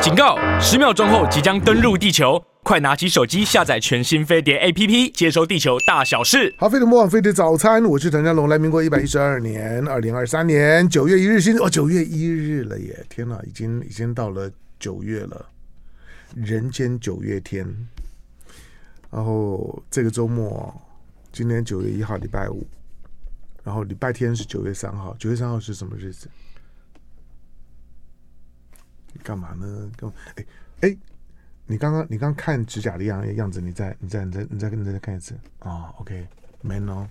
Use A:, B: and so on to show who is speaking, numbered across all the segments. A: 警告！十秒钟后即将登陆地球，快拿起手机下载全新飞碟 APP，接收地球大小事。
B: 好，飞碟魔网，飞碟早餐，我是陈家龙，来民国一百一十二年，二零二三年九月一日星期，哦，九月一日了耶！天哪，已经已经到了九月了，人间九月天。然后这个周末，今天九月一号，礼拜五，然后礼拜天是九月三号，九月三号是什么日子？你干嘛呢？干嘛？哎哎，你刚刚你刚看指甲的样样子，你再你再你再你再你再看一次啊、o k m a n 哦。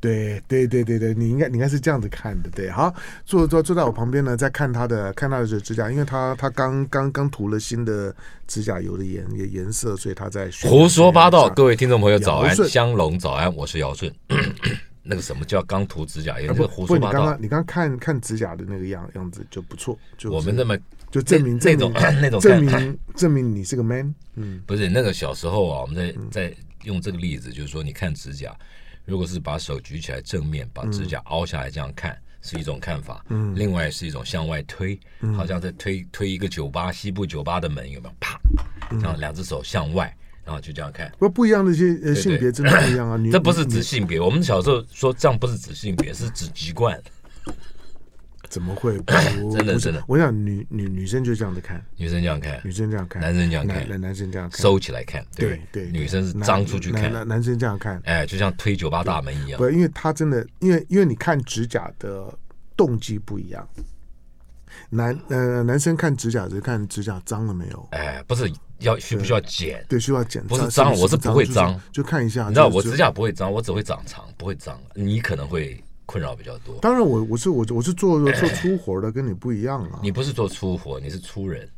B: 对对对对对，你应该你应该是这样子看的，对，好，坐坐坐在我旁边呢，在看他的看他的指甲，因为他他刚刚刚涂了新的指甲油的颜颜颜色，所以他在选
C: 胡说八道，
B: 指甲
C: 各位听众朋友早安
B: 尧，舜
C: 香龙早安，我是尧舜。 那个什么叫刚涂指甲，也
B: 啊
C: 是
B: 不
C: 胡
B: 不，
C: 说
B: 你
C: 八
B: 刚
C: 道
B: 刚。你刚刚看看指甲的那个样样子就不错，就是
C: 我们那么
B: 就证明
C: 那
B: 证
C: 那种
B: 明
C: 那种
B: 证
C: 看
B: 明证明你是个 man，嗯，
C: 不是那个小时候啊，我们在在用这个例子，就是说你看指甲，如果是把手举起来正面，把指
B: 嗯
C: 甲凹下来这样看。是一种看法，嗯，另外是一种向外推，
B: 嗯
C: 好像在推推一个酒吧西部酒吧的门，有没有？啪，
B: 嗯
C: 然后两只手向外，然后就这样看。
B: 不不一样的一些呃
C: 对
B: 性别真的不一 样啊，女
C: 这不是
B: 女
C: 指性别，我们小时候说这样不是指性别，是指籍贯。
B: 怎么会？我
C: 真的
B: 我
C: 真的
B: 我想女女女生就这样子看，
C: 女生这样看
B: 女，生这样看，
C: 男生这样看
B: 男男生这样看，
C: 收起来看，
B: 对
C: 不
B: 对，对
C: 女生是
B: 男
C: 张出去
B: 男
C: 看，
B: 男男生这样看，
C: 哎，就像推酒吧大门一样
B: 不，，因为他真的，因为因为你看指甲的动机不一样，男呃男生看指甲是看指甲脏了没有，
C: 哎，不是要需不需要剪？
B: 对，需要检查。
C: 不是脏我是不会
B: 就
C: 脏
B: 就看一下。
C: 你知道
B: 就
C: 我
B: 就
C: 指甲不会脏，我只会长长，不会脏。你可能会困扰比较多。
B: 当然我我是我我是做做粗活的，跟你不一样啊。
C: 你不是做粗活，你是粗人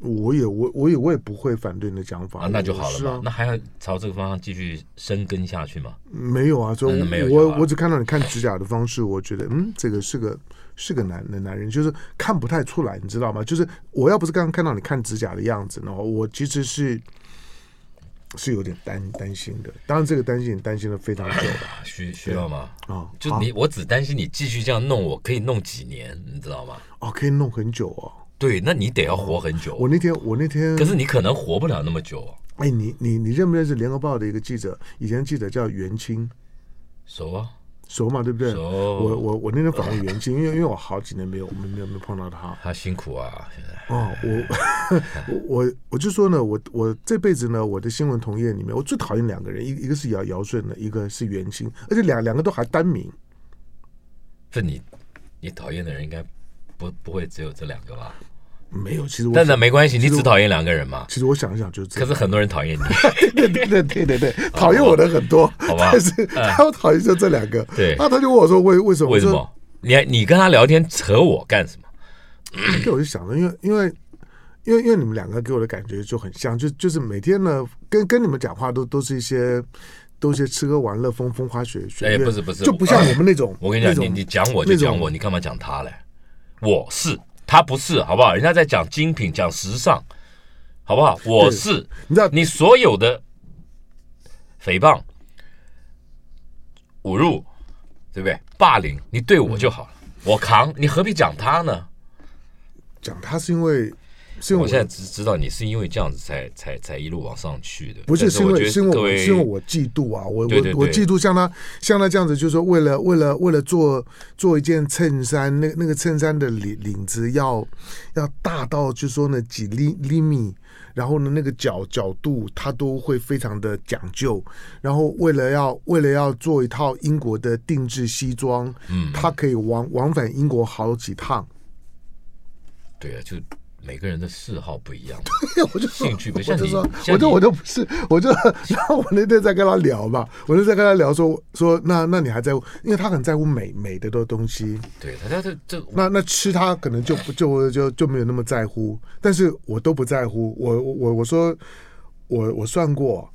B: 我也我我也我也不会反对你的讲法
C: 啊，那就好了
B: 是
C: 嘛
B: 啊。
C: 那还要朝这个方向继续深耕下去吗？
B: 没有啊，所以
C: 那没有就好
B: 我
C: 了
B: 我只看到你看指甲的方式，我觉得嗯，这个是个是个男的男人，就是看不太出来，你知道吗？就是我要不是刚刚看到你看指甲的样子呢，我其实是是有点担担心的。当然，这个担心也担心了非常久了
C: 啊需需要吗？
B: 啊。
C: 就你，我只担心你继续这样弄，我可以弄几年，你知道吗？
B: 哦，可以弄很久哦。
C: 对，那你得要活很久。
B: 我那天我那天
C: 可是你可能活不了那么久。
B: 哎，你你你认不认识联合报的一个记者？以前记者叫袁清，
C: 熟啊，
B: 熟嘛，对不对？
C: 熟
B: 我我我那天访问袁清，因为因为我好几年没有没有没有没有碰到他。
C: 他辛苦啊，现在
B: 哦， 我我我我就说呢，我我这辈子呢，我的新闻同业里面，我最讨厌两个人，一一个是姚姚顺的，一个是袁清，而且两两个都还单名。
C: 这你你讨厌的人应该不不会只有这两个吧？
B: 没有，其实我
C: 但那没关系，
B: 其
C: 你
B: 实
C: 只讨厌两个人嘛。
B: 其实我想一想就是这
C: 可
B: 样，
C: 是很多人讨厌你，
B: 对对对对对对，讨厌我的很多，
C: 好吧嗯
B: 但是他们讨厌就这两个。
C: 对
B: 那他就问我说为为什么？
C: 为什
B: 我说
C: 么？你你跟他聊天扯我干什么？
B: 对，我就想着，因为因为因为因为你们两个给我的感觉就很像，就就是每天呢，跟跟你们讲话都都是一些都是一些吃喝玩乐、风风花雪雪
C: 哎
B: 月，
C: 不是不是
B: 就不像我们那种。
C: 我跟你讲，
B: 那
C: 你
B: 种
C: 你讲我就
B: 那种
C: 讲我，你干嘛讲他嘞？我是他不是，好不好？人家在讲精品，讲时尚，好不好？我是
B: 你 知道
C: 你所有的诽谤、侮辱，对不对？霸凌，你对我就好了，我扛，你何必讲他呢？
B: 讲他是因为是因为
C: 我现在只知道你是因为这样子才才才一路往上去的，
B: 不是
C: 但
B: 是因
C: 我
B: 为
C: 觉
B: 是
C: 得
B: 因为
C: 各
B: 我
C: 位
B: 是因为我嫉妒啊，我
C: 对对
B: 我我
C: 对
B: 嫉妒像他像他这样子，就是说为了为了为了做做一件衬衫，那那个衬衫的领领子要要大到就说呢几厘厘米，然后呢那个角角度他都会非常的讲究，然后为了要为了要做一套英国的定制西装，嗯，他可以往往返英国好几趟，
C: 对啊，就每个人的嗜好不一样嘛。
B: 我就说
C: 兴趣不
B: 我
C: 像
B: 就
C: 你
B: 说，
C: 像
B: 我就
C: 你
B: 我就不是，我就然后我那天在跟他聊嘛，我就在跟他聊说说那那你还在乎，因为他很在乎美美的的东西，
C: 对，他他这这
B: 那那吃他可能就不就就就没有那么在乎，但是我都不在乎，我我我我说我我算过，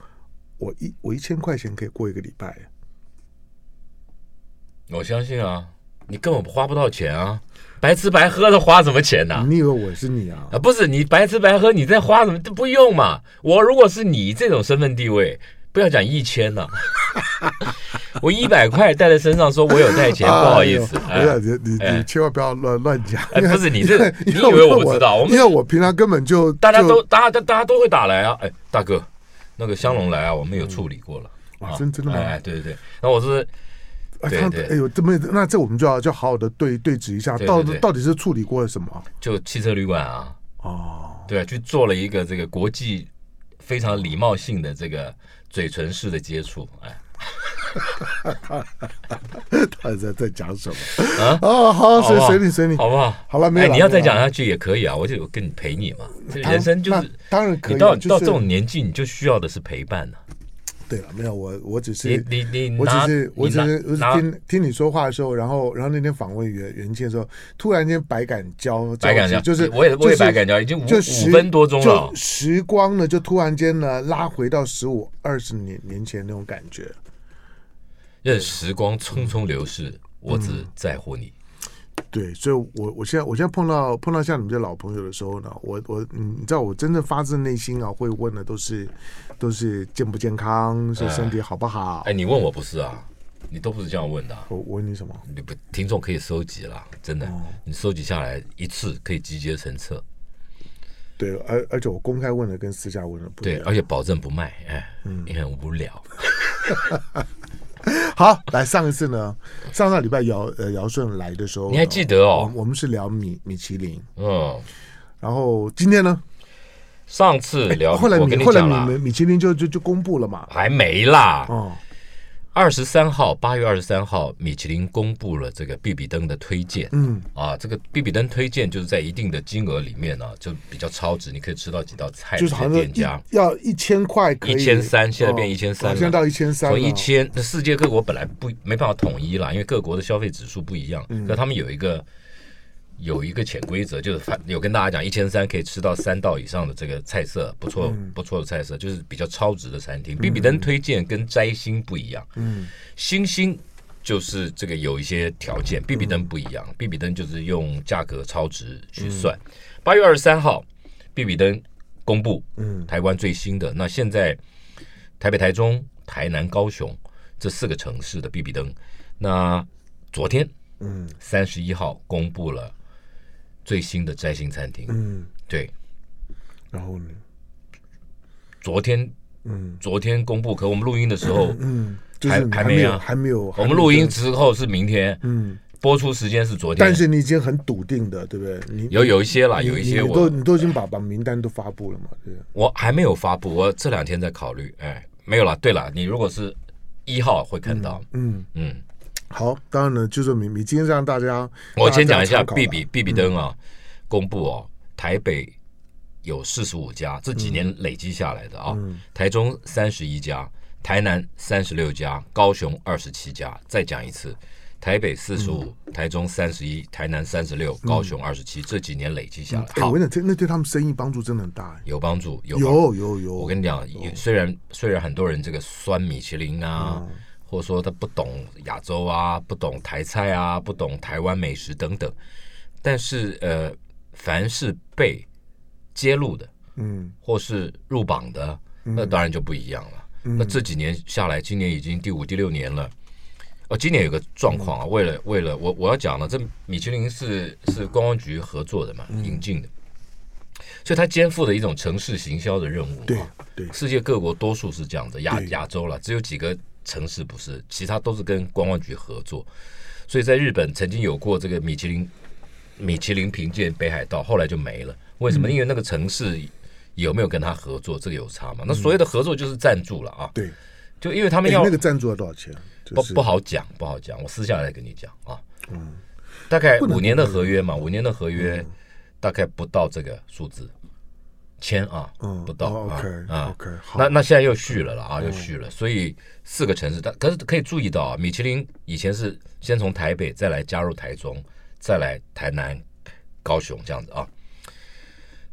B: 我一我一千块钱可以过一个礼拜，
C: 我相信啊，你根本花不到钱啊，白吃白喝的花什么钱呐？
B: 你以为我是你啊？
C: 啊，不是你白吃白喝，你在花什么都不用嘛。我如果是你这种身份地位，不要讲一千了， 我一百块带在身上，说我有带钱，不好意思，
B: 哎
C: 哎
B: 呀，你你
C: 哎
B: 你千万不要乱乱讲，
C: 哎，不是 你这，你
B: 因
C: 以为我
B: 因
C: 不知道？我
B: 因
C: 们
B: 为我平常根本就
C: 大家
B: 就
C: 都大家都大家都会打来啊！哎，大哥，那个香龙来啊，我们有处理过了。
B: 嗯哇
C: 啊
B: 真真的吗
C: 哎，对对对。然后我是
B: 哎
C: 对
B: 他
C: 对
B: 哎呦，这么那这我们就要就好好的对对质一下，
C: 对
B: 到
C: 对对
B: 到底是处理过了什么？
C: 就汽车旅馆啊，
B: 哦，
C: 对，啊去做了一个这个国际非常礼貌性的这个嘴唇式的接触，哎，
B: 他 在在讲什么？
C: 啊
B: 哦，好，
C: 好
B: 随
C: 不好
B: 随你随你，
C: 好不好？
B: 好了没有
C: 哎，
B: 了
C: 你要
B: 没有了
C: 再讲下去也可以啊，我就跟你陪你嘛。这
B: 当
C: 人生就
B: 那
C: 是，
B: 当然可以
C: 你
B: 啊，
C: 到
B: 就是
C: 到这种年纪，你就需要的是陪伴呢。
B: 对了，没有我我只
C: 你
B: 是。
C: 你你
B: 我只
C: 拿，
B: 是我
C: 你
B: 只
C: 拿
B: 是我只
C: 拿
B: 听听你说话的时候，然后然后那天访问袁袁倩的时候，突然间百感交
C: 百感
B: 交
C: 交，
B: 集就是
C: 我也我
B: 就
C: 也
B: 是
C: 百感交，已经五
B: 就十
C: 五分多钟了
B: 就。时光呢，就突然间呢拉回到十五二十年年前那种感觉。
C: 任时光匆匆流逝，我只在乎你。
B: 对，所以我我现在我现在碰到碰到像你们这老朋友的时候呢，我我嗯你知道我真正发自内心啊会问的都是都是健不健康，是身体好不好。
C: 哎，你问我不是啊？你都不是这样问的啊、
B: 我我问你什么？
C: 你不听众可以收集啦，真的，
B: 哦
C: 你收集下来一次可以集结成册，
B: 对，而而且我公开问的跟私下问的不嗯哦一
C: 对，
B: 样。
C: 而且保证不卖，哎，你很无聊。
B: 好，来上一次呢，上上礼拜姚呃姚顺来的时候呢，
C: 你还记得哦
B: 我我们是聊米米其林，哦
C: 嗯，
B: 然后今天呢，
C: 上次聊，
B: 哎后来
C: 我
B: 米
C: 跟你
B: 后来
C: 讲
B: 米
C: 啦，
B: 米米其林就就就公布了嘛。
C: 还没啦。
B: 哦，
C: 二十三号，八月二十三号，米其林公布了这个必比登的推荐。
B: 嗯，
C: 啊，这个必比登推荐就是在一定的金额里面呢、啊就比较超值，你可以吃到几道菜
B: 就
C: 的
B: 是好像
C: 店
B: 一
C: 家。
B: 要一千块可以，
C: 1300现在
B: 哦
C: 变1300
B: 哦现在到一千三了，
C: 从一千，那世界各国本来不没办法统一啦，因为各国的消费指数不一样。
B: 嗯
C: 可他们有一个有一个潜规则，就是反有跟大家讲，一千三可以吃到三道以上的这个菜色，不错
B: 嗯
C: 不错的菜色，就是比较超值的餐厅。比比登推荐跟摘星不一样，
B: 嗯
C: 星星就是这个有一些条件，比比
B: 嗯
C: 登不一样，比比登就是用价格超值去算。八月二十三号，比比登公布
B: 嗯
C: 台湾最新的。那现在台北、台中、台南、高雄这四个城市的必比登，那昨天
B: 嗯
C: 三十一号公布了最新的摘星餐厅。
B: 嗯，
C: 对，
B: 然后呢，
C: 昨天
B: 嗯
C: 昨天公布，可我们录音的 时候，
B: 嗯，就是
C: 还
B: 你
C: 还
B: 没
C: 没
B: 有
C: 啊
B: 还没有，
C: 我
B: 还没
C: 们
B: 有
C: 录音
B: 跟，
C: 之后是明天，
B: 嗯，
C: 播出时间是昨天
B: 但。是你已经很笃定的，对不对？你
C: 有有一些啦，
B: 你
C: 有一些
B: 你都
C: 我
B: 你都已经把把名单都发布了嘛，对不对？
C: 我还没有发布，我这两天在考虑。哎，没有啦。对啦，你如果是一号会看到，
B: 嗯，
C: 嗯，
B: 好，当然呢，就是你你今天让大家，
C: 我先
B: 大
C: 讲
B: 家
C: 一下
B: 参考啦
C: 必比必比登
B: 嗯
C: 啊，公布哦，台北有四十五家，这几年累积下来的啊，
B: 嗯
C: 台中三十一家，台南三十六家，高雄二十七家。再讲一次，台北四十五，
B: 嗯
C: 台中三十一，台南三十六，高雄二十七，这几年累积下来，
B: 哎，我
C: 好
B: 跟你讲，这那对他们生意帮助真的很大，哎
C: 有帮助，有帮助
B: 有有有，
C: 我跟你讲，也虽然虽然很多人这个酸米其林啊，或者说他不懂亚洲啊，不懂台菜啊，不懂台湾美食等等，但是呃，凡是被揭露的
B: 嗯
C: 或是入榜的，那当然就不一样了。那这几年下来，今年已经第五、第六年了。哦，今年有个状况啊，为了为了我我要讲了，这米其林是是观光局合作的嘛，引进的，所以它肩负的一种城市行销的任务、啊。
B: 对对，
C: 世界各国多数是这样的，亚
B: 对
C: 亚洲了，只有几个城市不是，其他都是跟观光局合作。所以在日本曾经有过这个米其林，米其林评鉴北海道，后来就没了。为什么？
B: 嗯
C: 因为那个城市有没有跟他合作，这个有差嘛？那所谓的合作就是赞助了啊，
B: 嗯对，
C: 就因为他
B: 哎
C: 们要
B: 那个赞助要多少钱？啊就
C: 不
B: 是嗯
C: 不好讲，不好讲，我私下来跟你讲啊。大概
B: 能嗯
C: 五年的合约嘛，五年的合约大概不到这个数字，签啊，
B: 嗯
C: 不到
B: 哦
C: 啊
B: OK，
C: 啊
B: OK，好嗯
C: 那那现在又续了了啊，又续了，所以四个城市，但可是可以注意到啊，米其林以前是先从台北，再来加入台中，再来台南、高雄这样子啊。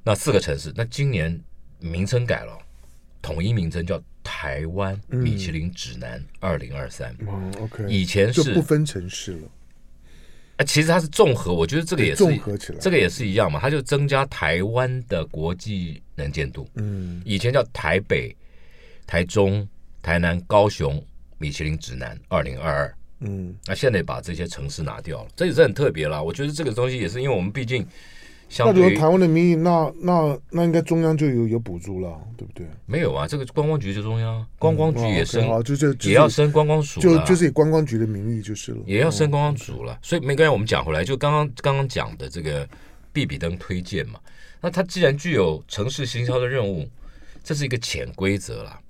C: 那四个城市，那今年名称改了，统一名称叫台湾
B: 嗯
C: 米其林指南二零二三。
B: 哦，OK，
C: 以前
B: 就是不分城市了。
C: 哎，其实它是综合，我觉得这个也是
B: 综合起来
C: 这个也是一样嘛，它就增加台湾的国际能见度。
B: 嗯
C: 以前叫台北、台中、台南、高雄米其林指南二零二二。
B: 嗯，
C: 那现在把这些城市拿掉了，这也是很特别啦。我觉得这个东西也是因为我们毕竟
B: 那
C: 相
B: 如
C: 对
B: 果
C: 于
B: 台湾的名义，那那那应该中央就有有补助了，对不对？
C: 没有啊，这个观光局就中央，观光局
B: 哦
C: 也
B: OK，
C: 升，
B: 好就就就
C: 也要
B: 是
C: 升观光署
B: 就
C: 了，
B: 就是以观光局的名义就是了。
C: 也要升观光署了。所以没关系，我们讲回来，就刚刚刚刚讲的这个必比登推荐嘛，那它既然具有城市行销的任务，这是一个潜规则啦。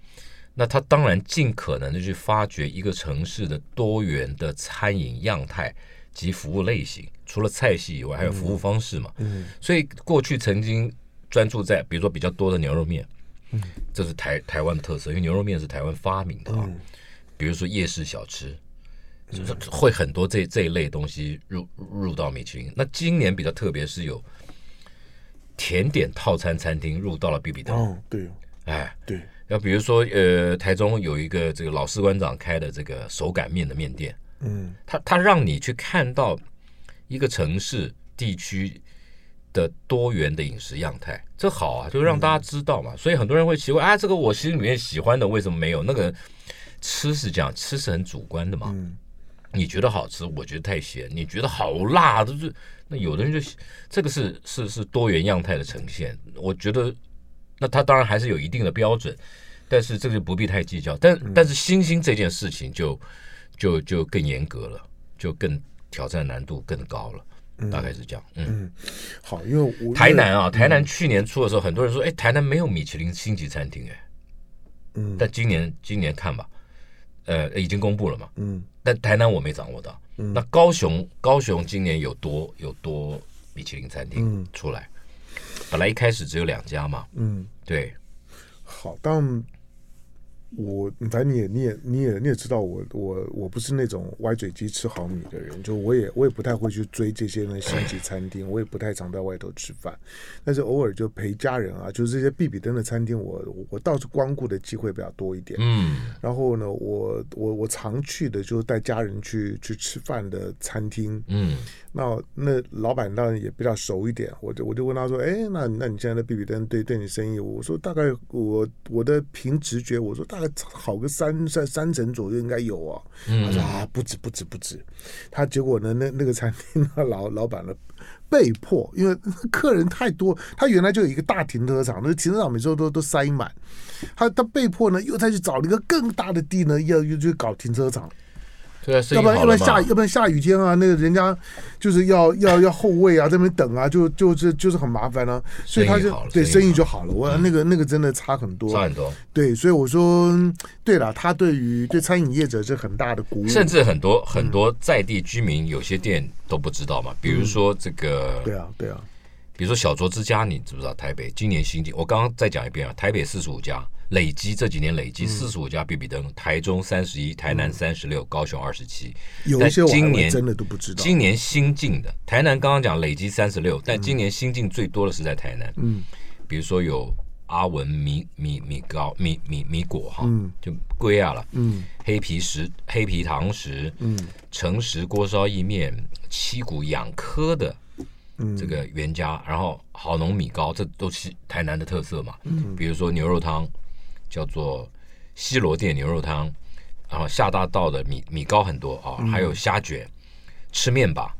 C: 那它当然尽可能的去发掘一个城市的多元的餐饮样态及服务类型，除了菜系以外，还有服务方式嘛。
B: 嗯
C: 所以过去曾经专注在，比如说比较多的牛肉面，这是台台湾的特色，因为牛肉面是台湾发明的啊。比如说夜市小吃，就是会很多这这一类东西入入到米其林。那今年比较特别是有甜点套餐餐厅入到了比比登，
B: 哦，对哦
C: 哎，
B: 对，
C: 那比如说呃，台中有一个这个老士官长开的这个手擀面的面店，
B: 嗯
C: 它它让你去看到一个城市地区的多元的饮食样态，这好啊，就让大家知道嘛。所以很多人会奇怪啊，这个我心里面喜欢的为什么没有？那个吃是这样，吃是很主观的嘛。
B: 嗯，
C: 你觉得好吃，我觉得太咸；你觉得好辣，就是那有的人就这个是是是多元样态的呈现。我觉得那它当然还是有一定的标准，但是这个就不必太计较。但但是星星这件事情就就就更严格了，就更挑战难度更高了，大概是这样。嗯，
B: 好，因为我
C: 台南啊，台南去年出的时候，很多人说，哎，台南没有米其林星级餐厅，哎，
B: 嗯
C: 但今年今年看吧，呃，已经公布了嘛，
B: 嗯
C: 但台南我没掌握到。那高雄，高雄今年有多有多米其林餐厅出来？本来一开始只有两家嘛，
B: 嗯
C: 对，
B: 好，但我反正你也你也你也你也知道我我我不是那种歪嘴鸡吃好米的人，就我也我也不太会去追这些呢星级餐厅，我也不太常在外头吃饭，但是偶尔就陪家人啊，就是这些必比登的餐厅我，我我倒是光顾的机会比较多一点。
C: 嗯
B: 然后呢，我我我常去的就是带家人去去吃饭的餐厅，
C: 嗯
B: 那那老板当然也比较熟一点，我就我就问他说，哎，那那你现在的比比登对对你生意，我说大概我我的凭直觉，我说大概好个三三三成左右应该有啊。他说
C: 嗯，
B: 啊，不止不止不止，他结果呢，那那个餐厅的老老板呢，被迫因为 客人太多，他原来就有一个大停车场，那停车场每周都都塞满，他他被迫呢又再去找了一个更大的地呢，要又去搞停车场，
C: 对啊，生
B: 要
C: 意
B: 不然
C: 好
B: 要不
C: 了
B: 然下
C: 嘛，
B: 要不然下雨天啊，那个人家就是要要要后卫啊，在那边等啊，就就是就是很麻烦啊，所以他
C: 生意
B: 就
C: 好了
B: 对
C: 生
B: 生
C: 意
B: 意
C: 好
B: 就好了，我那个那个真的差很多
C: 差，很多，
B: 对，所以我说嗯对了，他对于对餐饮业者是很大的鼓舞，
C: 甚至很多很
B: 嗯
C: 多在地居民有些店都不知道嘛，比如说这个，
B: 对啊对啊，
C: 比如说小卓之家，你知不知道？台北今年新进，我刚刚再讲一遍啊，台北四十五家，累积这几年累
B: 嗯
C: 积四十五家比比登，台中三十一，台南三十六，高雄二十七，
B: 有一
C: 但
B: 些我还
C: 今
B: 我
C: 年
B: 真的都不知道。
C: 今年新进的台南刚刚讲累积三十六，但今年新进最多的是在台南。
B: 嗯，
C: 比如说有阿文米米米糕米米米果哈，
B: 嗯
C: 就圭亚了。
B: 嗯
C: 黑皮石、黑皮糖石、
B: 嗯
C: 诚实锅烧意面、七股养科的
B: 嗯
C: 这个袁家，然后好浓米糕，这都是台南的特色嘛。
B: 嗯
C: 比如说牛肉汤，叫做西罗店牛肉汤，然后下大道的米米糕很多啊，
B: 嗯
C: 还有虾卷、吃面吧，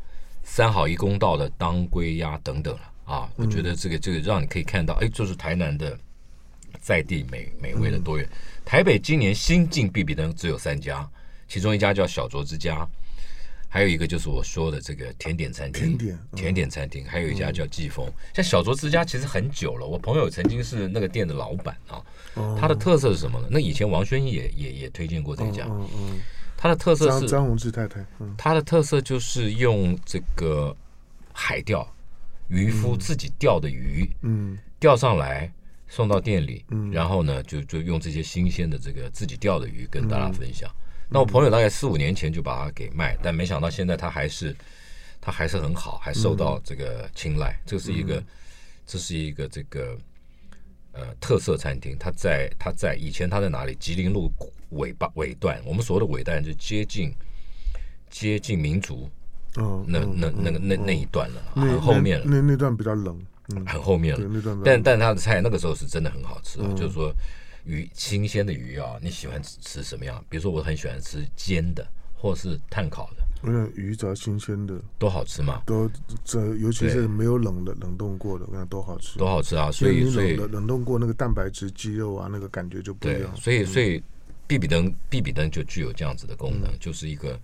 C: 三好一公道的当归鸭等等了啊。我觉得这个
B: 嗯
C: 这个让你可以看到，哎，这是台南的在地美美味的多
B: 嗯
C: 元。台北今年新进必比登只有三家，其中一家叫小卓之家，还有一个就是我说的这个甜点餐厅，
B: 甜点嗯
C: 甜点餐厅，还有一家叫季风。像小卓之家其实很久了，我朋友曾经是那个店的老板啊。
B: 哦
C: 它的特色是什么呢？那以前王轩逸也也也推荐过这一家，
B: 嗯嗯，
C: 它的特色
B: 张
C: 是
B: 张宏志太太，嗯
C: 它的特色就是用这个海钓，渔夫自己钓的鱼，
B: 嗯
C: 钓上来送到店里，然后呢，就就用这些新鲜的这个自己钓的鱼跟大家分享。那我朋友大概四五年前就把它给卖，但没想到现在它还是它还是很好，还受到这个青睐。这是一个，这是一个这个呃特色餐厅。它在它在以前它在哪里？吉林路尾巴尾段，我们所谓的尾段就接近接近民族
B: 嗯，
C: 那
B: 嗯
C: 那那个那那一段了，
B: 那
C: 很后面了。
B: 那那那段比较冷，嗯
C: 很后面
B: 对那
C: 了
B: 段。
C: 但但他的菜那个时候是真的很好吃啊，就是说鱼新鲜的鱼啊，你喜欢吃吃什么样？比如说我很喜欢吃煎的，或是炭烤的，
B: 我想鱼只要新鲜的，
C: 都好吃嘛，
B: 都这尤其是
C: 对
B: 没有冷的冷冻过的，我想都好吃。
C: 都好吃啊。所
B: 因为
C: 以
B: 你
C: 所
B: 冷
C: 以
B: 的冷冻过那个蛋白质、肌肉啊，那嗯个感觉就不一
C: 对
B: 样，。
C: 所以所以必比登必比登就具有这样子的功
B: 嗯
C: 能，就是一个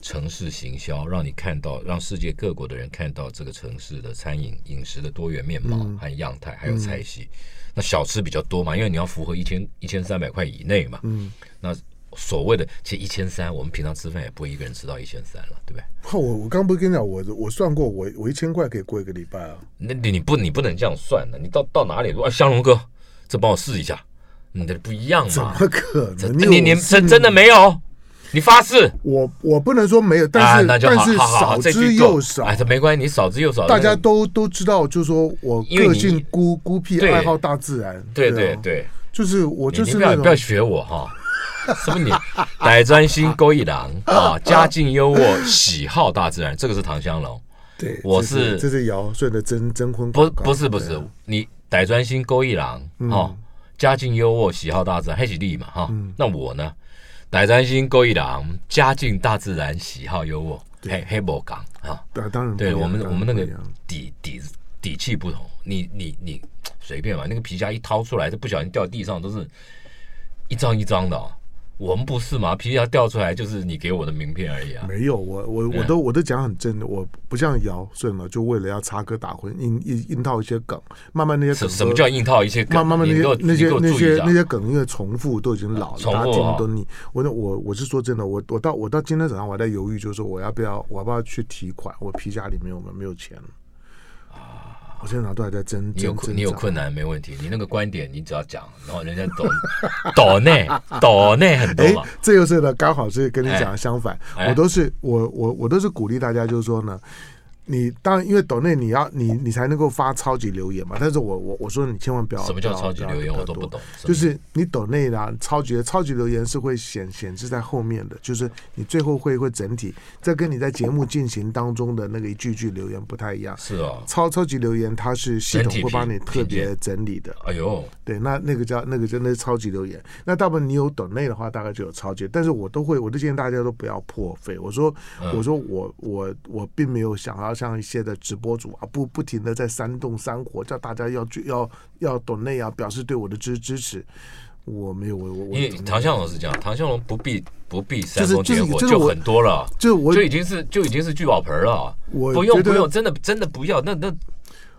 C: 城市行销，让你看到，让世界各国的人看到这个城市的餐饮饮食的多元面貌
B: 嗯
C: 和样态，还有菜系。那小吃比较多嘛，因为你要符合一千一千三百块以内嘛。嗯，那。所谓的其实一千三，我们平常吃饭也不会一个人吃到一千三了，对不对？
B: 靠哦我我刚不是跟你讲，我我算过，我我一千块可以过一个礼拜啊。
C: 那你你不你不能这样算的，你到到哪里？哇，香龙哥，这帮我试一下，你的不一样嘛？
B: 怎么可
C: 这
B: 能？因
C: 呃你
B: 为
C: 你
B: 我是
C: 真真的没有？你发誓？
B: 我我不能说没有，但
C: 啊，
B: 是、
C: 那就好，
B: 但是
C: 好好好
B: 少
C: 这
B: 之
C: 句
B: 又
C: 够
B: 少，
C: 哎，这没关系，你少之又少，
B: 大
C: 那
B: 家
C: 个
B: 都都知道，就是说我
C: 因为
B: 个
C: 你
B: 性孤孤僻，
C: 对
B: 爱好大自然。
C: 对
B: 对
C: 对
B: 啊，
C: 对，
B: 就是我
C: 你
B: 就
C: 你
B: 是
C: 不要
B: 那
C: 不要
B: 种
C: 学我哈，什么你 歹专心勾一郎啊，家境优渥，喜好大自然，这个是唐香龙，
B: 对，
C: 我
B: 这
C: 是
B: 这是尧舜的征征婚
C: 不
B: 广告，
C: 不是不
B: 对
C: 是
B: 啊，嗯
C: 你歹专心勾一郎哈，家境优渥，喜好大自然，黑喜利嘛哈，
B: 嗯
C: 那我呢？歹专心勾一郎，家境大自然，喜好优渥，黑黑博港啊。
B: 对啊，当然不一
C: 对
B: 样
C: 我们
B: 当
C: 我
B: 然
C: 们那
B: 不
C: 个
B: 一样
C: 底底底气不同，你你你随便嘛，那个皮夹一掏出来，这不小心掉地上都是一张一张的、哦。我们不是嘛，皮夹掉出来就是你给我的名片而已啊。
B: 没有我我
C: 对啊
B: 我都我都讲很真的，我不像尧舜了，就为了要插科打诨，硬硬硬套一些梗，慢慢那些
C: 什
B: 梗
C: 什
B: 都
C: 么叫硬套一些梗？
B: 慢慢慢
C: 你
B: 那
C: 给我
B: 些那
C: 你
B: 些
C: 给我
B: 那
C: 注意一
B: 些
C: 下
B: 那。些梗，因为重复都已经老了，
C: 重复
B: 大家听
C: 啊
B: 不懂你。我那我我是说真的，我我到我到今天早上我还在犹豫，就是说我要不要我要不要去提款？我皮夹里面我们没有钱了。我现在脑袋还在争，
C: 啊你有
B: 争
C: 困
B: 挣
C: 你有
B: 扎
C: 困难没问题，你那个观点你只要讲，然后人家 懂懂内懂内很多
B: 哎
C: 嘛。，
B: 这又是呢，刚好是跟你讲
C: 哎
B: 的相反，
C: 哎
B: 我都是我我我都是鼓励大家，就是说呢。你当然，因为抖内你要你你才能够发超级留言嘛。但是我我我说你千万不要
C: 什么叫
B: 不要
C: 超级
B: 不要
C: 留言
B: 不要
C: 我都不
B: 多
C: 懂什么
B: 就
C: 意思
B: 是你抖内啦，超级超级留言是会显显示在后面的，就是你最后会会整体，这跟你在节目进行当中的那个一句句留言不太一样。
C: 是哦，
B: 超超级留言它是系
C: 整
B: 统
C: 体
B: 会帮
C: 评
B: 你特
C: 评
B: 别
C: 鉴
B: 整理的，
C: 哎呦，
B: 对，那那个叫那个真的是超级留言。那大部分你有抖内的话，大概就有超级，但是我都会，我都建议大家都不要破费。我说，
C: 嗯
B: 我说我我我并没有想要像一些的直播主啊，不不停的在煽动煽火，叫大家要去要要抖内啊，表示对我的支支持。我没有，我我我
C: 因为
B: 抖内
C: 唐向龙是这样，唐向龙不必不必煽
B: 就是
C: 风
B: 就是
C: 点火，
B: 就是
C: 就
B: 我
C: 很多了。
B: 就是我
C: 就已经是就已经是聚宝盆儿了。
B: 我
C: 不用
B: 觉得
C: 不用，真的真的不要，那那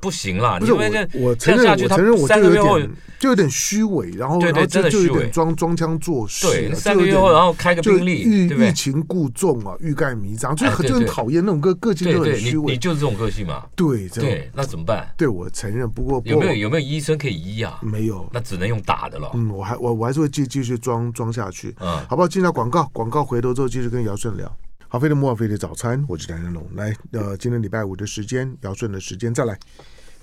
C: 不行啦！
B: 不是
C: 你
B: 我
C: 们这，
B: 我
C: 这
B: 承
C: 样
B: 认，
C: 下
B: 我
C: 去，他
B: 承认我
C: 三
B: 就
C: 个月
B: 有
C: 后，
B: 点就有点虚伪，然后
C: 对
B: 然
C: 对
B: 后就
C: 真的
B: 就有
C: 虚伪
B: 点装装腔作势啊，
C: 对，
B: 就
C: 三个
B: 有
C: 月
B: 点
C: 后，然后开个
B: 就
C: 病例，
B: 欲
C: 对不对
B: 欲？擒故纵啊，欲盖弥彰，就
C: 哎
B: 很
C: 对
B: 就很
C: 对
B: 讨厌那种个个性
C: 对
B: 都很
C: 对，你
B: 虚
C: 你
B: 伪。
C: 就是这种个性嘛。
B: 对，这种
C: 对，那怎么办？
B: 对我承认，不过不
C: 有
B: 过
C: 没有有没有医生可以医啊
B: 我？没有？
C: 那只能用打的了。
B: 嗯，我还我我还是会继继续装装下去，
C: 嗯
B: 好不好？进到广告，广告回头之后继续跟姚顺聊。好，飞的摩尔飞的早餐，我是谭仁龙。来，呃，今天礼拜五的时间，姚顺的时间再来。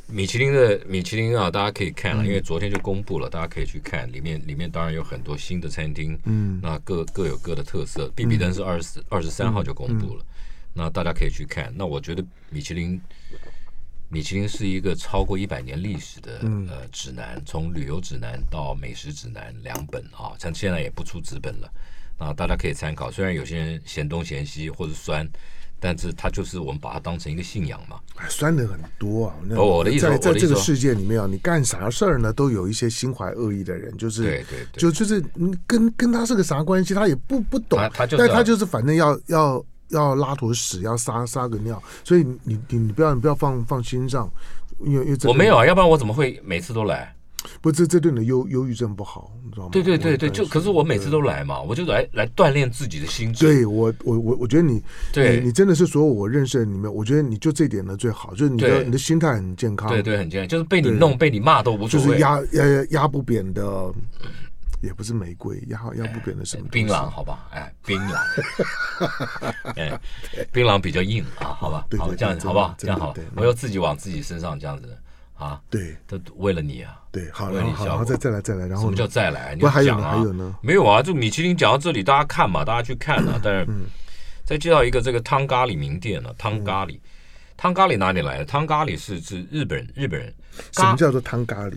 C: 米其林的米其林啊，大家可以看了，因为昨天就公布了，大家可以去看。里面里面当然有很多新的餐厅，嗯，那各各有各的特色。必比登是二十二十三号就公布了，那大家可以去看。那我觉得米其林米其林是一个超过一百年历史的、呃指南，从旅游指南到美食指南两本啊，像现在也不出纸本了，那大家可以参考。虽然有些人嫌东嫌西或者酸，但是它就是我们把它当成一个信仰嘛。
B: 哎酸的很多啊！那
C: 哦我的意思
B: 在
C: 我的
B: 在
C: 意思
B: 这个
C: 说
B: 世界里面啊，你干啥事儿呢，都有一些心怀恶意的人，就是
C: 对对对
B: 就就是嗯跟跟他是个啥关系，他也不不懂，
C: 他他就是
B: 但他
C: 要
B: 就是反正要要要拉坨屎，要撒撒个尿，所以你你你你不要你不要放放心上，因为因为这
C: 我
B: 对
C: 没有，啊，要不然我怎么会每次都来？
B: 不这这对你的忧忧郁症不好，你知道吗？
C: 对对
B: 我
C: 对
B: 很
C: 对，
B: 担
C: 就
B: 心
C: 可是我每次都来嘛，我就来来锻炼自己的心智。
B: 对我，我我我觉得你，
C: 对
B: 你你真的是所有我认识的里面，我觉得你就这点呢最好，就是你的
C: 对
B: 你的心态很健康，
C: 对对，很简单，就是被你弄、被你骂都无
B: 就
C: 所
B: 是
C: 谓。
B: 压压压不扁的，也不是玫瑰，压压不扁的什么
C: 槟
B: 东西
C: 榔，好吧，哎，槟 榔，哎，槟榔比较硬啊，好吧，
B: 对对
C: 好，
B: 对
C: 这样
B: 真的
C: 好不好？这
B: 真的
C: 样好
B: 对，
C: 我要自己往自己身上这样子啊，
B: 对
C: 都为了你啊。
B: 对，好，
C: 为
B: 然后
C: 你
B: 好，
C: 效
B: 然后
C: 果
B: 再再来再来，然
C: 什
B: 后
C: 么
B: 呢
C: 叫再来？你
B: 不还有
C: 讲啊
B: 呢还有呢？
C: 没有啊，就米其林讲到这里，大家看嘛，大家去 看嘛。但是
B: 嗯
C: 再介绍一个这个汤咖喱名店呢、汤咖喱，汤咖喱哪里来的？汤咖喱是指日本日本人，
B: 什么
C: 咖
B: 叫做汤咖喱？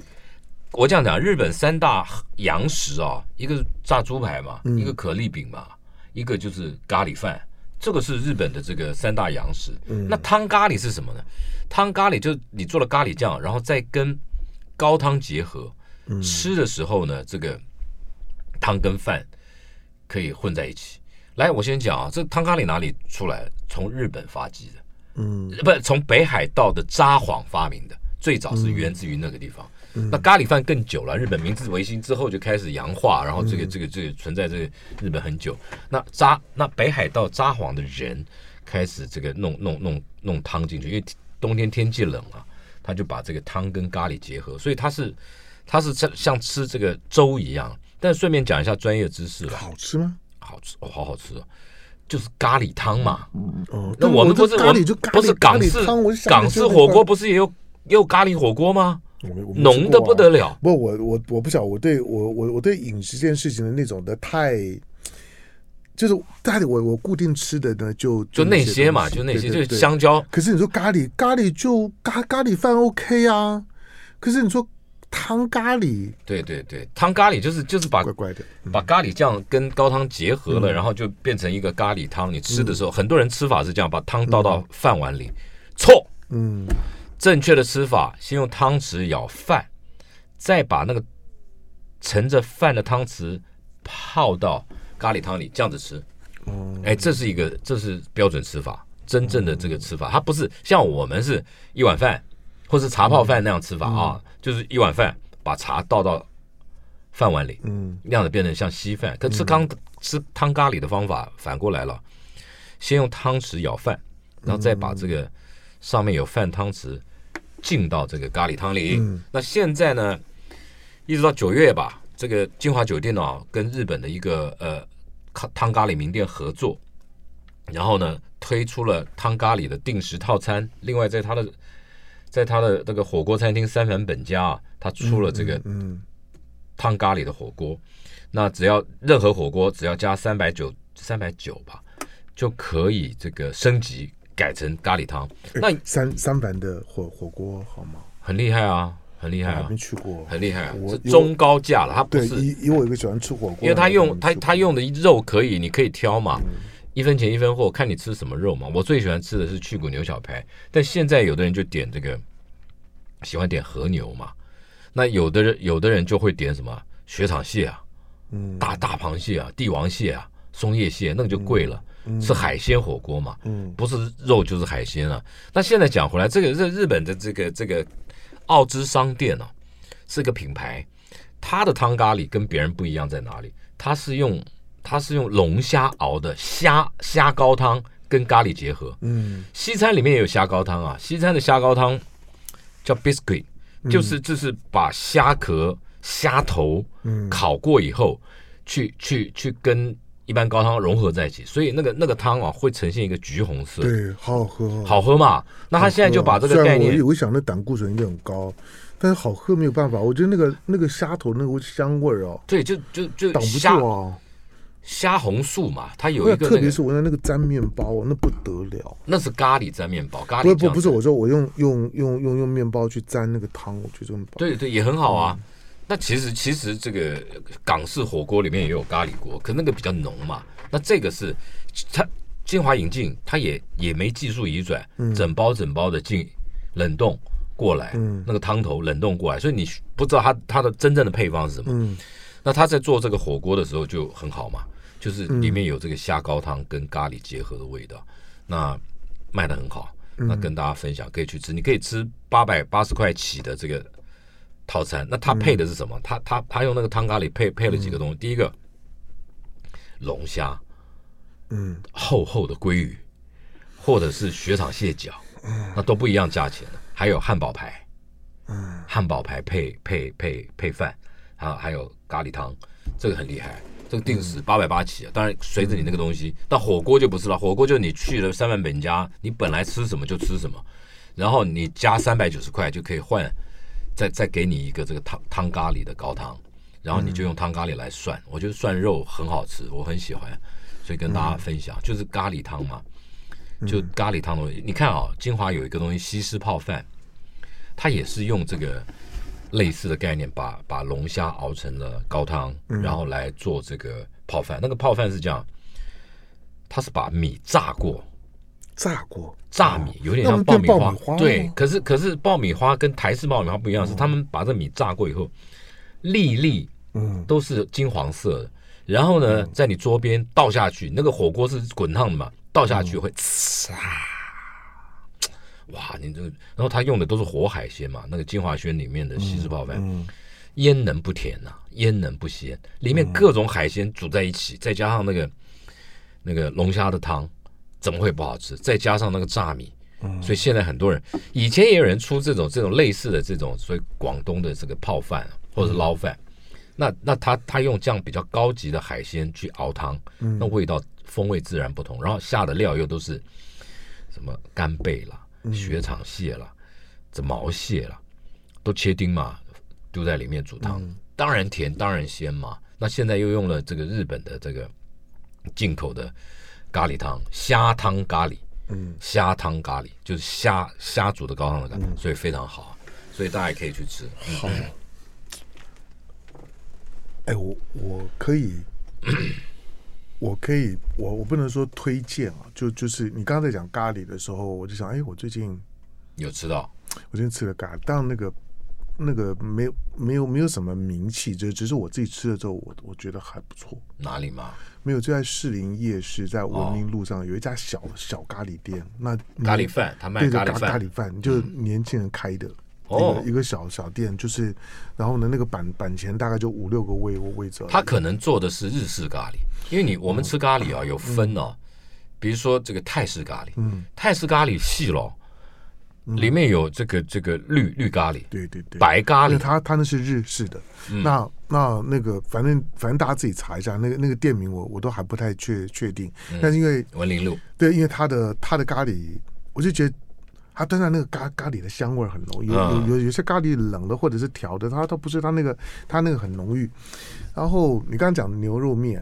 C: 我这样讲，日本三大洋食啊，一个是炸猪排嘛，一个可丽饼嘛，一个就是咖喱饭，这个是日本的这个三大洋食。那汤咖喱是什么呢？汤咖喱就是你做了咖喱酱，然后再跟高汤结合，吃的时候呢，这个汤跟饭可以混在一起。来，我先讲啊，这汤咖喱哪里出来的？从日本发迹的。
B: 嗯
C: 不从北海道的札幌发明的，最早是源自于那个地方。那咖喱饭更久了，日本明治维新之后就开始洋化，然后这个这个这个存在这个日本很久。那札那北海道札幌的人开始这个弄弄弄弄汤进去，因为冬天天气冷啊，他就把这个汤跟咖喱结合，所以它是它是像像吃这个粥一样。但顺便讲一下专业知识了，
B: 好吃吗？
C: 好吃哦，好好吃哦，就是咖喱汤嘛。
B: 哦，
C: 那我们不是
B: 咖
C: 我
B: 喱
C: 们
B: 就咖喱
C: 不是港式
B: 咖喱汤我就想
C: 港
B: 的就是
C: 式火锅，不是也有也有咖喱火锅吗？
B: 那块我没我没吃
C: 浓的
B: 过啊
C: 不得了。
B: 不，我我我不晓得，我对我我我对饮食这件事情的那种的太，就是家里我我固定吃的呢，就
C: 就那些嘛，
B: 东西
C: 就那些，
B: 对
C: 就
B: 对
C: 是
B: 对
C: 香蕉。
B: 可是你说咖喱，咖喱就咖咖喱饭 OK 啊，可是你说汤咖喱，
C: 对对对，汤咖喱就是就是把
B: 怪怪的，嗯
C: 把咖喱酱跟高汤结合了，然后就变成一个咖喱汤。你
B: 嗯
C: 吃的时候，很多人吃法是这样，把汤倒到饭碗里，错。
B: 嗯
C: 正确的吃法，先用汤匙舀饭，再把那个盛着饭的汤匙泡到咖喱汤里，这样子吃。
B: 嗯
C: 哎，这是一个，这是标准吃法，真正的这个吃法，它不是像我们是一碗饭或是茶泡饭那样吃法啊，就是一碗饭把茶倒到饭碗里，
B: 嗯
C: 那样子变成像稀饭。可吃汤吃汤咖喱的方法反过来了，先用汤匙舀饭，然后再把这个上面有饭汤匙浸到这个咖喱汤里。那现在呢，一直到九月吧，这个金华酒店呢、跟日本的一个呃咖汤咖喱名店合作，然后呢推出了汤咖喱的定时套餐，另外在它的在它的那个火锅餐厅三反本家啊，它出了这个
B: 嗯
C: 汤咖喱的火锅，那只要任何火锅只要加三百九三百九吧，就可以这个升级改成咖喱汤，那
B: 嗯三三板的火火锅好吗？
C: 很厉害啊，很厉害
B: 我还
C: 啊
B: 没，去过，
C: 很厉害啊，
B: 嗯我
C: 是
B: 有
C: 中高价了，它不
B: 对，
C: 是，
B: 以以我一个喜欢吃火锅的人，
C: 因为它
B: 我
C: 用
B: 没
C: 它
B: 去过嗯
C: 它用的肉可以，你可以挑嘛。一分钱一分货，看你吃什么肉嘛。我最喜欢吃的是去骨牛小排，但现在有的人就点这个，喜欢点和牛嘛。那有的人有的人就会点什么雪场蟹啊，
B: 嗯
C: 大大螃蟹啊、帝王蟹啊、松叶蟹，那个就贵了，是海鲜火锅嘛，
B: 嗯
C: 不是肉就是海鲜啊。那现在讲回来，这个日日本的这个这个奥之商店呢、啊，是个品牌，它的汤咖喱跟别人不一样在哪里？它是用它是用龙虾熬的虾虾高汤跟咖喱结合，
B: 嗯
C: 西餐里面也有虾高汤啊，西餐的虾高汤叫 biscuit，就是就是把虾壳、虾头
B: 嗯
C: 烤过以后，去去去跟一般高汤融合在一起，所以那个那个汤啊会呈现一个橘红色，
B: 对，好好喝哦，
C: 好喝嘛？那他现在就把这
B: 虽
C: 个概
B: 然
C: 念
B: 我我想那胆固醇有点高，但是好喝没有办法，我觉得那个那个虾头那个香味儿哦，
C: 对，就就就
B: 挡不住
C: 虾
B: 哦。
C: 虾红素嘛，它有
B: 我
C: 一
B: 想
C: 个
B: 特
C: 那
B: 别
C: 个
B: 是我那那个粘面包哦，那不得了。
C: 那是咖喱蘸面包，咖喱
B: 不不
C: 酱
B: 不是，
C: 蘸
B: 我说我用用用用用面包去沾那个汤，我觉得很棒。
C: 对对，也很好啊。那其实其实这个港式火锅里面也有咖喱锅，可那个比较浓嘛。那这个是它精华引进，它也也没技术移转，整包整包的进冷冻过来，那个汤头冷冻过来，所以你不知道它它的真正的配方是什么。
B: 嗯
C: 那他在做这个火锅的时候就很好嘛，就是里面有这个虾高汤跟咖喱结合的味道，那卖的很好，那跟大家分享可以去吃，你可以吃八百八十块起的这个套餐，那它配的是什么？它它它用那个汤咖喱配配了几个东西，第一个龙虾，
B: 嗯，
C: 厚厚的鲑鱼，或者是雪场蟹脚，那都不一样价钱的。还有汉堡排，汉堡排配配配配饭，还有还有咖喱汤，这个很厉害。这个定时八百八起啊，当然随着你那个东西。但火锅就不是了，火锅就是你去了三万本家，你本来吃什么就吃什么，然后你加三百九十块就可以换，再再给你一个这个汤汤咖喱的高汤，然后你就用汤咖喱来涮。我觉得涮肉很好吃，我很喜欢，所以跟大家分享，就是咖喱汤嘛，就咖喱汤的东西。你看啊、金华有一个东西西施泡饭，它也是用这个类似的概念，把把龙虾熬成了高汤，
B: 嗯
C: 然后来做这个泡饭。那个泡饭是这样，它是把米炸过，
B: 炸过，
C: 炸米有点像
B: 那
C: 爆
B: 不
C: 米
B: 变
C: 花，
B: 爆米花吗
C: 对。可是可是爆米花跟台式爆米花不一样，是他们把这米炸过以后，粒粒
B: 嗯，
C: 都是金黄色的。然后呢，在你桌边倒下去，那个火锅是滚烫的嘛，倒下去
B: 嗯
C: 会呲啊，哇，你这个，然后他用的都是活海鲜嘛，那个金华轩里面的西式泡饭，
B: 嗯
C: 焉能不甜呐、焉能不鲜？里面各种海鲜煮在一起，再加上那个那个龙虾的汤，怎么会不好吃？再加上那个炸米，
B: 嗯
C: 所以现在很多人，以前也有人出这种这种类似的这种，所以广东的这个泡饭啊或者是捞饭，那那他他用这样比较高级的海鲜去熬汤，那味道风味自然不同，然后下的料又都是什么干贝啦、雪场蟹啦、这毛蟹啦，都切丁嘛，丢在里面煮汤，当然甜，当然鲜嘛。那现在又用了这个日本的这个进口的咖喱汤，虾汤咖喱，
B: 嗯，
C: 虾汤咖喱就是虾虾煮的高汤的咖喱，所以非常好，啊所以大家也可以去吃。嗯
B: 好。哎，我我可 以，我可以，我我不能说推荐啊，就就是你刚才讲咖喱的时候，我就想，哎，我最近
C: 有吃到
B: 我今天吃了咖喱，但那个那个没有没有没有什么名气，就只是我自己吃了之后，我我觉得还不错。
C: 哪里吗？
B: 没有就在士林夜市，在文明路上有一家小小咖喱店，那你
C: 哦咖喱饭，他卖
B: 对
C: 咖
B: 的
C: 喱
B: 咖
C: 饭
B: 喱
C: 嗯
B: 饭，就是年轻人开的。一
C: 哦
B: 个一个小小店，就是，然后呢，那个板板前大概就五六个位位置而已。
C: 他可能做的是日式咖喱，因为你我们吃咖喱啊有分哦，
B: 嗯
C: 比如说这个泰式咖喱，泰式咖喱细咯，里面有这个这个绿绿咖喱、
B: 嗯对对对，
C: 白咖
B: 因为
C: 喱，嗯
B: 他他那是日式的，那那那个反正反正大家自己查一下，那个那个店名我我都还不太确确定，
C: 嗯
B: 但是因为
C: 文林路
B: 对，因为它的它的咖喱，我就觉得它端上那个咖咖喱的香味儿很浓，有有
C: 嗯
B: 有有些咖喱冷的或者是调的，它它不是它那个它那个很浓郁。然后你刚刚讲的牛肉面，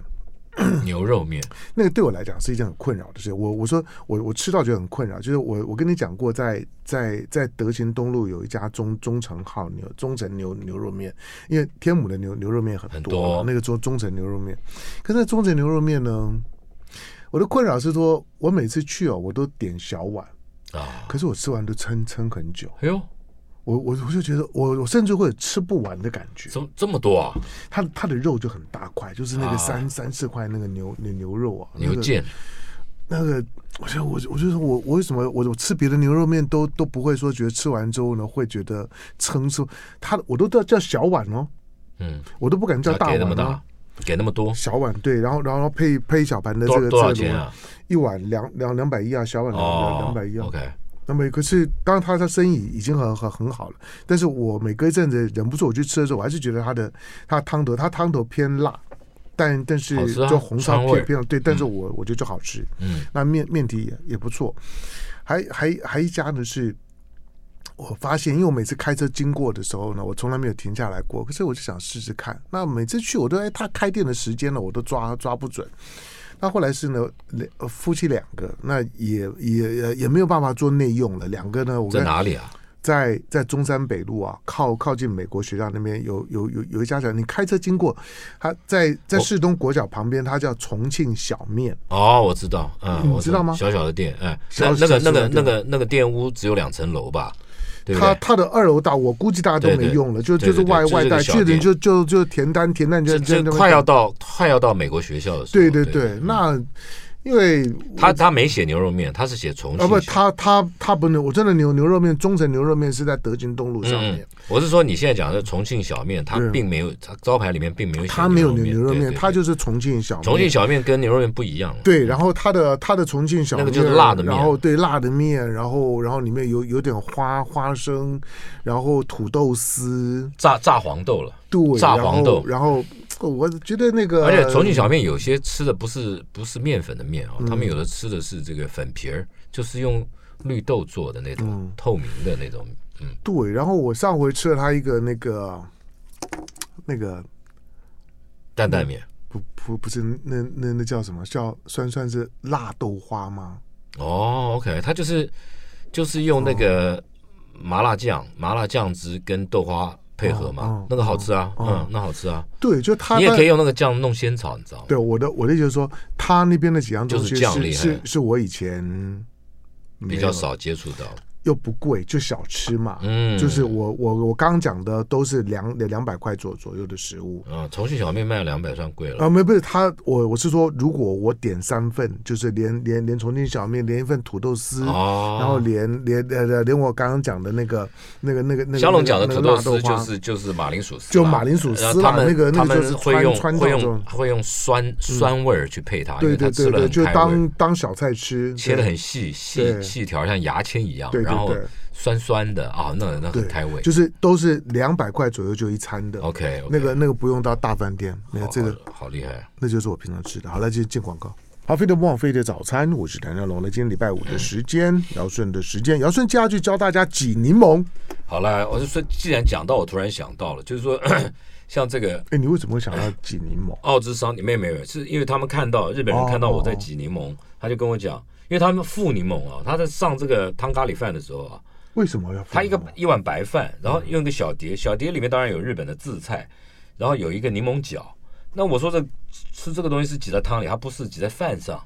C: 牛肉面，
B: 那个对我来讲是一件很困扰的事。我我说我我吃到觉得很困扰，就是我我跟你讲过在，在在德勤东路有一家中中诚号牛中诚牛牛肉面，因为天母的牛牛肉面很
C: 很
B: 多
C: 多
B: 嘛，那个中中诚牛肉面，可是那中诚牛肉面呢，我的困扰是说，我每次去哦，我都点小碗，
C: 啊，
B: 可是我吃完都撑撑很久，
C: 哎呦，
B: 我我我就觉得我我甚至会有吃不完的感觉。
C: 怎么这么多啊？
B: 它的它的肉就很大块，就是那个
C: 啊
B: 三、三四块那个牛牛牛肉啊，那
C: 牛
B: 个
C: 腱
B: 那个，我就我就我就说我我为什么我我吃别的牛肉面都都不会说觉得吃完之后呢会觉得撑住，它我都叫叫小碗哦，
C: 嗯，
B: 我都不敢叫
C: 要
B: 大
C: 给那么
B: 碗哦
C: 大。，给那么多，
B: 小碗对，然后然后配配一小盘的这
C: 多
B: 个
C: 多少
B: 这个
C: 钱
B: 卤
C: 啊？哦
B: 一碗两两两百一啊，小碗两两两百一啊。
C: ，OK，
B: 那么可是当然他的生意已经很很很好了，但是我每隔一阵子忍不住我去吃的时候，我还是觉得他的他的汤头，他汤头偏辣，但但是
C: 好吃啊
B: 就红烧
C: 川味
B: 偏偏对，但是我、我觉得就好吃。
C: 嗯，
B: 那面面体也也不错，还还还一家呢是。我发现，因为我每次开车经过的时候呢，我从来没有停下来过。可是我就想试试看。那每次去，我都哎，他开店的时间呢，我都抓抓不准。那后来是呢，两呃夫妻两个，那也也也也没有办法做内用了。两个呢，我
C: 在
B: 跟
C: 哪里啊？
B: 在在中山北路啊，靠靠近美国学校那边有有有有一家小，你开车经过，他在在
C: 我
B: 市东国小旁边，它叫重庆小面。
C: 哦，我知道，嗯，
B: 你
C: 我
B: 知道吗
C: 小小的店，哎，
B: 小
C: 那那
B: 小
C: 个
B: 小
C: 那
B: 的
C: 个
B: 店
C: 那个那个店屋只有两层楼吧，对不
B: 它
C: 对？
B: 它的二楼大，我估计大家都
C: 对
B: 没
C: 对
B: 用了，就
C: 对对
B: 就是
C: 对
B: 外
C: 就是
B: 外
C: 这个
B: 带，
C: 小
B: 去的
C: 店
B: 就就就填单填单就
C: 这这
B: 就
C: 快要到快要到美国学校的时候，
B: 对对对，那因为
C: 他他没写牛肉面，他是写重
B: 啊
C: 庆小。
B: 不，他他他不能，我真的牛牛肉面，中诚牛肉面是在德军东路上面
C: 嗯，。我是说你现在讲的重庆小面，它
B: 对
C: 并没有，它招牌里面并没有写
B: 他没有牛
C: 牛
B: 牛肉
C: 对
B: 面，
C: 对
B: 他就是重庆小面。
C: 重庆小面跟牛肉面不一样。
B: 对，然后它的它的重庆小
C: 那
B: 面，
C: 个就是辣的面
B: 然后对辣的面，然后然后里面有有点花花生，然后土豆丝，
C: 炸炸黄豆了，
B: 对，
C: 炸
B: 然
C: 黄
B: 后
C: 豆
B: 然后我觉得那个，
C: 而且重庆小面有些吃的不是不是面粉的面
B: 嗯
C: 哦，他们有的吃的是这个粉皮儿，就是用绿豆做的那
B: 嗯
C: 种透明的那种，嗯，
B: 对，然后我上回吃了它一个那个那个
C: 担担面。
B: 不不不是那那那叫什么叫算算是辣豆花吗？
C: 哦，OK，它
B: 哦
C: 就是就是用那个麻辣酱、麻辣酱汁跟豆花配合嘛，
B: 哦哦
C: 那个好吃啊，
B: 哦
C: 嗯，那好吃啊。
B: 对，就他
C: 你也
B: 在
C: 可以用那个酱弄仙草，你知道吗？
B: 对我的我的意思就是说，他那边的几样东西
C: 就是酱厉
B: 是
C: 害
B: 是是我以前没
C: 比
B: 有
C: 较，少接触到。
B: 又不贵，就小吃嘛。
C: 嗯，
B: 就是我我我刚刚讲的都是两两百块左左右的食物。
C: 嗯，重庆小面卖两百算贵了。
B: 啊，没不是他，我我是说，如果我点三份，就是连连连重庆小面，连一份土豆丝，
C: 哦，
B: 然后连连呃连我刚刚讲的那个那个那个那个
C: 小龙讲的
B: 那
C: 土
B: 个
C: 豆
B: 辣
C: 丝就
B: 花
C: 是就是马铃薯丝嘛，
B: 就马铃薯丝
C: 然后
B: 啦
C: 他们
B: 那个那
C: 他
B: 个就是
C: 们会
B: 川
C: 用
B: 川
C: 会
B: 照
C: 用
B: 中
C: 会用酸酸味儿去配它，因
B: 对
C: 为它
B: 对
C: 吃
B: 对
C: 了
B: 对，
C: 很
B: 就
C: 开胃
B: 当，当小菜吃，
C: 切的
B: 对
C: 很细细
B: 对
C: 细条，像牙签一样，
B: 对对
C: 然后
B: 对
C: 酸酸的啊，那那
B: 对，
C: 很开胃。哦
B: 就是都是两百块左右就一餐的。
C: OK，
B: 那个那个不用到大饭店，那个这个
C: 好厉害，
B: 那就是我平常吃的。好了，就进广告。好，飞碟不枉飞碟早餐，我是谭耀龙。那今天礼拜五的时间，尧舜的时间，尧舜接下去教大家挤柠 檬。
C: 好了，我就说，既然讲到，我突然想到了，就是说， 像这个
B: 哎，你为什么会想要挤柠檬？
C: 奥之商，没有没有，没有是因为他们看到日本人看到我
B: 哦
C: 在挤柠檬，他就跟我讲，因为他们付柠檬啊，他在上这个汤咖喱饭的时候啊，
B: 为什么要放
C: 他一个
B: 柠檬
C: 一碗白饭，然后用一个小碟，小碟里面当然有日本的渍菜，然后有一个柠檬角。那我说这吃这个东西是挤在汤里，它不是挤在饭上，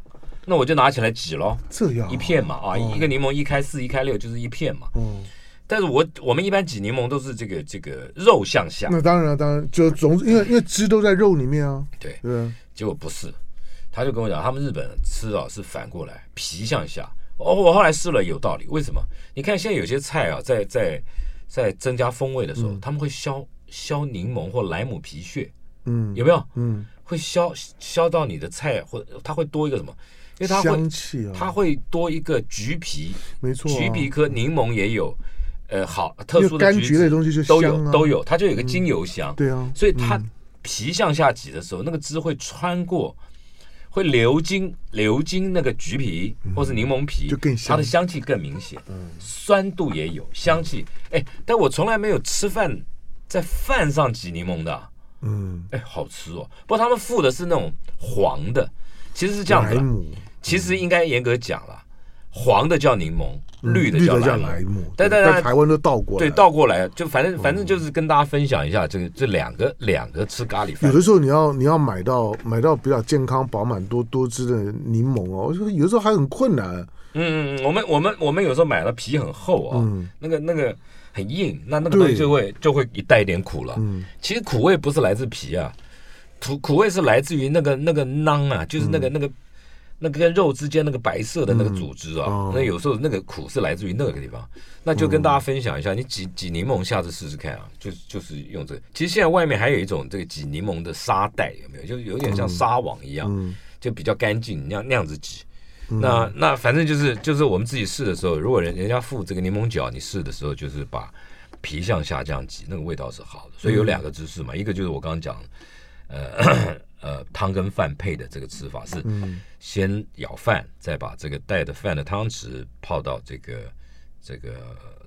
C: 那我就拿起来挤咯，
B: 这样啊
C: 一片嘛啊，一个柠檬一开四一开六就是一片嘛。
B: 嗯，
C: 但是我我们一般挤柠檬都是这个这个肉向下，
B: 那当然了，当然就总因为因为汁都在肉里面啊，
C: 对，
B: 对啊
C: 结果不是，他就跟我讲，他们日本吃啊是反过来，皮向下。哦，我后来试了，有道理。为什么？你看现在有些菜啊，在在在增加风味的时候，他们会削削柠檬或莱姆皮屑，
B: 嗯
C: 有没有？
B: 嗯，
C: 会削削到你的菜，或它会多一个什么？因为它会
B: 香气啊，
C: 它会多一个橘皮，
B: 没错啊，
C: 橘皮科柠檬也有，呃，好特
B: 因为
C: 殊的
B: 柑
C: 橘
B: 橘
C: 子
B: 类东西就
C: 都
B: 香
C: 有
B: 啊
C: 都有，它就有一个精油香。
B: 对啊，
C: 所以它皮向下挤的时候，那个汁会穿过，会流经流经那个橘皮或是柠檬皮，
B: 嗯就更香嗯
C: 它的香气更明显，酸度也有香气。哎，但我从来没有吃饭在饭上挤柠檬的啊，
B: 嗯，
C: 哎，好吃哦。不过他们附的是那种黄的，其实是这样
B: 莱
C: 子啦，
B: 姆
C: 其实应该严格讲了，黄的叫柠檬，绿的
B: 嗯绿
C: 叫
B: 的叫
C: 莱姆
B: 莱姆，
C: 对对对
B: 在台湾都倒过来
C: 对，
B: 了
C: 倒过来就
B: 嗯
C: 反正反正就是跟大家分享一下这个这两个两个吃咖喱饭
B: 有的时候你要你要买到买到比较健康、饱满、多多汁的柠檬哦，我说有的时候还很困难。
C: 嗯，嗯嗯，我们我们我们有时候买了皮很厚啊、
B: 嗯
C: 那个那个很硬，那那个
B: 对
C: 东西就会就会一带一点苦了。
B: 嗯，
C: 其实苦味不是来自皮啊，苦苦味是来自于那个那个囊啊，就是那
B: 嗯
C: 个、那个那个跟肉之间那个白色的那个组织啊、
B: 哦嗯
C: 那有时候那个苦是来自于那个地方。那就跟大家分享一下，你挤挤柠檬，下次试试看啊，就是就是用这个。其实现在外面还有一种这个挤柠檬的沙袋，有没有？就是有点像纱网一样。
B: 嗯
C: 就比较干净，那样那样子挤。那那反正就是就是我们自己试的时候，如果人人家附这个柠檬角，你试的时候就是把皮向下这样挤，那个味道是好的。所以有两个姿势嘛，一个就是我刚刚讲，呃 呃汤跟饭配的这个吃法是
B: 嗯
C: 先舀饭，再把这个带的饭的汤匙泡到这个这个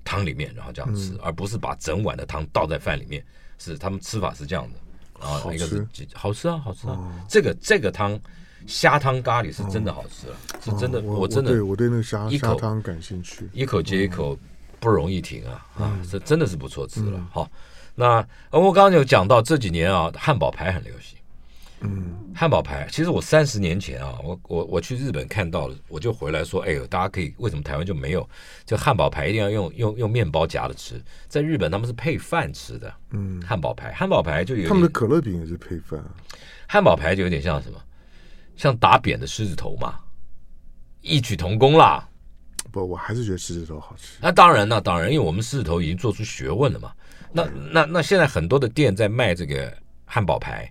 C: 汤里面，然后这样吃，
B: 嗯
C: 而不是把整碗的汤倒在饭里面。是他们吃法是这样的，然后一个是
B: 好吃哦
C: 几好吃啊，好吃啊，这个这个汤虾汤咖喱是真的好吃啊，是真的，
B: 哦我
C: 真
B: 对
C: 的
B: 我对那个虾
C: 一
B: 虾
C: 口
B: 汤感兴趣。
C: 一口接一
B: 嗯
C: 口不容易停啊啊，这真的是不错吃了。好，那呃我刚刚有讲到这几年啊，汉堡排很流行。
B: 嗯，
C: 汉堡排，其实我三十年前啊，我我我去日本看到了，我就回来说，哎呦，大家可以为什么台湾就没有？就汉堡排一定要用用用面包夹着吃，在日本他们是配饭吃的。
B: 嗯，
C: 汉堡排，汉堡排就有点
B: 他们的可乐饼也是配饭啊，
C: 汉堡排就有点像什么，像打扁的狮子头嘛，异曲同工啦。
B: 不，我还是觉得狮子头好吃。
C: 那当然，那当然，因为我们狮子头已经做出学问了嘛。那那那现在很多的店在卖这个汉堡排，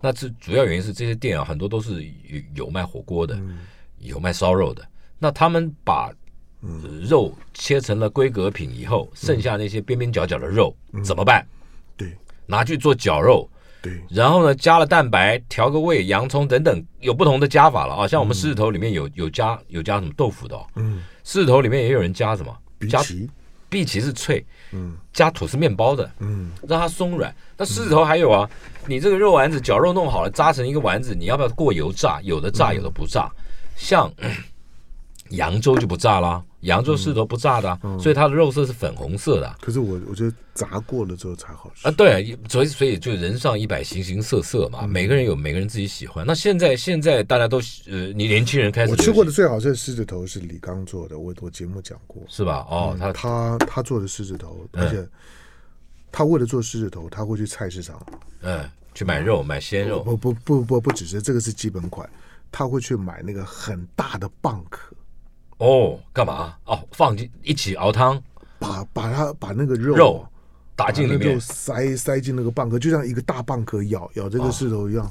C: 那这主要原因是这些店啊，很多都是有有卖火锅的，
B: 嗯
C: 有卖烧肉的。那他们把呃
B: 嗯
C: 肉切成了规格品以后，剩下那些边边角角的肉
B: 嗯
C: 怎么办？
B: 对
C: 拿去做绞肉，
B: 对，
C: 然后呢，加了蛋白，调个味，洋葱等等，有不同的加法了啊。像我们狮子头里面有有加有加什么豆腐的、哦，
B: 嗯，
C: 狮子头里面也有人加什么，
B: 比
C: 加
B: 奇，
C: 碧琪是脆，
B: 嗯
C: 加吐司面包的，
B: 嗯，
C: 让它松软。那狮子头还有啊，你这个肉丸子绞肉弄好了，扎成一个丸子，你要不
B: 嗯
C: 要过油炸？有的炸，有的不炸。像扬州就不炸啦，羊肉是都不炸的、啊，
B: 嗯
C: 所以它的肉色是粉红色的啊。
B: 可是我我觉得炸过了之后才好吃
C: 啊，。对，所以所以就人上一百，形形色色
B: 嗯
C: 嘛，每个人有每个人自己喜欢。那现在现在大家都喜呃，你年轻人开始
B: 我吃过
C: 流
B: 的最好吃的狮子头是李刚做的，我我节目讲过
C: 行，是吧？
B: 嗯
C: 哦，他嗯
B: 他他做的狮子头，而且他为了做狮子头，他会去菜市场，
C: 嗯，去买肉买鲜肉，
B: 不不不不不只是这个是基本款，他会去买那个很大的蚌壳，
C: 哦，干嘛？哦，放进一起熬汤，
B: 把把它把那个肉
C: 肉打
B: 把
C: 进里
B: 那
C: 面
B: 肉，塞塞进那个蚌壳，就像一个大蚌壳咬咬这个狮头一样。
C: 哦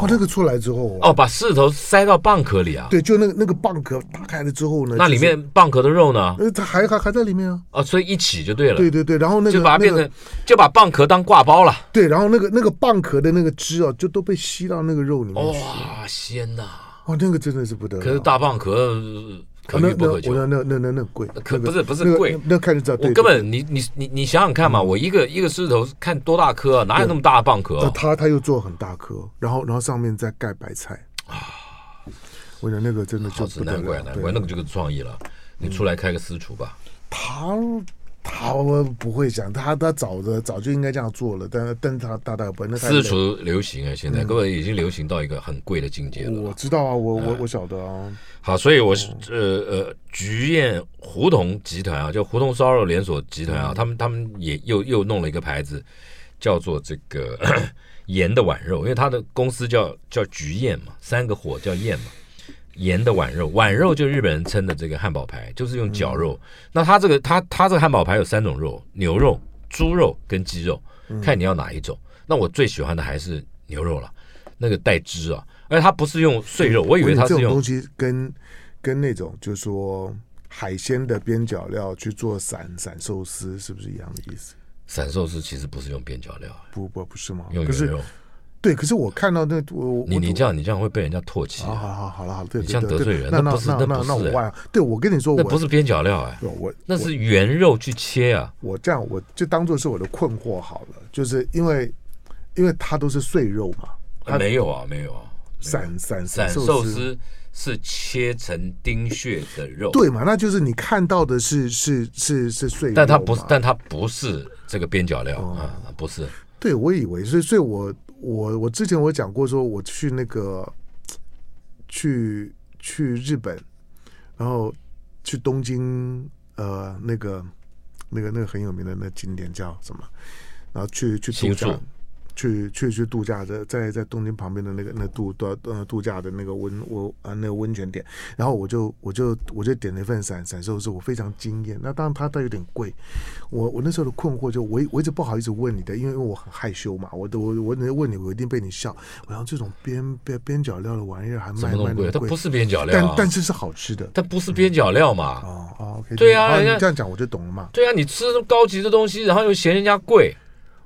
B: 哇，那个出来之后，啊
C: 哦，把狮头塞到蚌壳里啊。
B: 对，就那个那个蚌壳打开了之后呢，
C: 那里面蚌壳的肉呢？
B: 就是呃，它还还还在里面啊。
C: 哦，所以一起就对了，
B: 对对对，然后那个
C: 就把它变
B: 那
C: 成
B: 个
C: 就把蚌壳当挂包了。
B: 对，然后那个那个蚌壳的那个汁啊，就都被吸到那个肉里面去。
C: 哇，鲜呐！
B: 哇，那个真的是不得了。哦
C: 哦可是大蚌壳呃可
B: 那
C: 遇不
B: 那
C: 可求。
B: 啊我那那那那那贵，
C: 可
B: 那个
C: 不是不是
B: 那个
C: 贵
B: 那那看就知道。
C: 我
B: 对嗯
C: 根本你你你你想想看嘛，我一个一个狮子头看多大颗啊，哪有那么大的蚌壳
B: 呃，
C: 啊？
B: 他他又做很大颗，然后然后上面再盖白菜我觉得那个真的就
C: 啊好吃，
B: 不得
C: 难怪
B: 了，
C: 难
B: 对嗯
C: 怪那个就是创意了。你出来开个私厨吧，
B: 他他不会讲，他他早的早就应该这样做了，但但他大大不会那太
C: 私
B: 累
C: 厨流行啊，
B: 嗯
C: 现在根本已经流行到一个很贵的境界了。
B: 我知道啊，我我我晓得啊，
C: 好，所以我是呃呃，菊宴胡同集团啊，就胡同烧肉连锁集团
B: 嗯
C: 啊，他们他们也又又弄了一个牌子，叫做这个 盐的碗肉，因为他的公司叫叫菊宴嘛，三个火叫宴嘛。盐的碗肉，碗肉就日本人称的这个汉堡排，就是用绞肉。
B: 嗯
C: 那它这个它它这个汉堡排有三种肉：牛肉、猪肉跟鸡肉，
B: 嗯
C: 看你要哪一种。那我最喜欢的还是牛肉了，那个带汁啊，而且它不是用碎肉，我以为
B: 因
C: 它
B: 为这种
C: 是用
B: 东西跟跟那种就是说海鲜的边角料去做散散寿司是不是一样的意思？
C: 散寿司其实不是用边角料，
B: 不不不是吗？
C: 用
B: 哦可
C: 原
B: 是
C: 肉。
B: 对，可是我看到那我我
C: 你你
B: 我
C: 这样你这样会被人家唾弃
B: 啊，
C: 啊，
B: 好好好了好了，对
C: 你
B: 对
C: 像
B: 对
C: 得罪
B: 对
C: 人
B: 那
C: 那
B: 那
C: 不是
B: 那
C: 那不
B: 那那
C: 是
B: 我
C: 欸
B: 忘了。对，我跟你说，
C: 那
B: 我
C: 不是边角料哎，
B: 我我
C: 那是原肉去切啊。
B: 我这样，我就当做是我的困惑好了，就是因为因为它都是碎肉嘛，它
C: 没有啊，没有啊，
B: 散散
C: 散
B: 寿
C: 寿司是切成丁屑的肉，，
B: 对嘛？那就是你看到的是是是是碎肉嘛，哦
C: 但它不是，但它不是这个边角料啊，不是。
B: 对我以为，所以所以我我我之前我讲过说我去那个去去日本，然后去东京呃那个那个那个很有名的那景点叫什么？然后去去度
C: 新宿
B: 假，去去去度假的，在在东京旁边的那个那度度呃度假的那个温我啊那个温泉点，然后我就我就我就点了一份散散寿司，我非常惊艳。那当然它它有点贵，我我那时候的困惑就我一我一直不好意思问你的，因为我很害羞嘛，我都我我能问你，我一定被你笑。然后这种边边边角料的玩意儿还
C: 怎
B: 卖
C: 么那
B: 卖
C: 么
B: 那
C: 贵？
B: 么
C: 它
B: 贵，
C: 不是边角料
B: 但
C: 啊，
B: 但是是好吃的。
C: 它不是边角料嘛？
B: 哦哦，OK，
C: 对啊
B: 好你
C: 人家
B: 这样讲我就懂了嘛。
C: 对啊，你吃高级的东西，然后又嫌人家贵，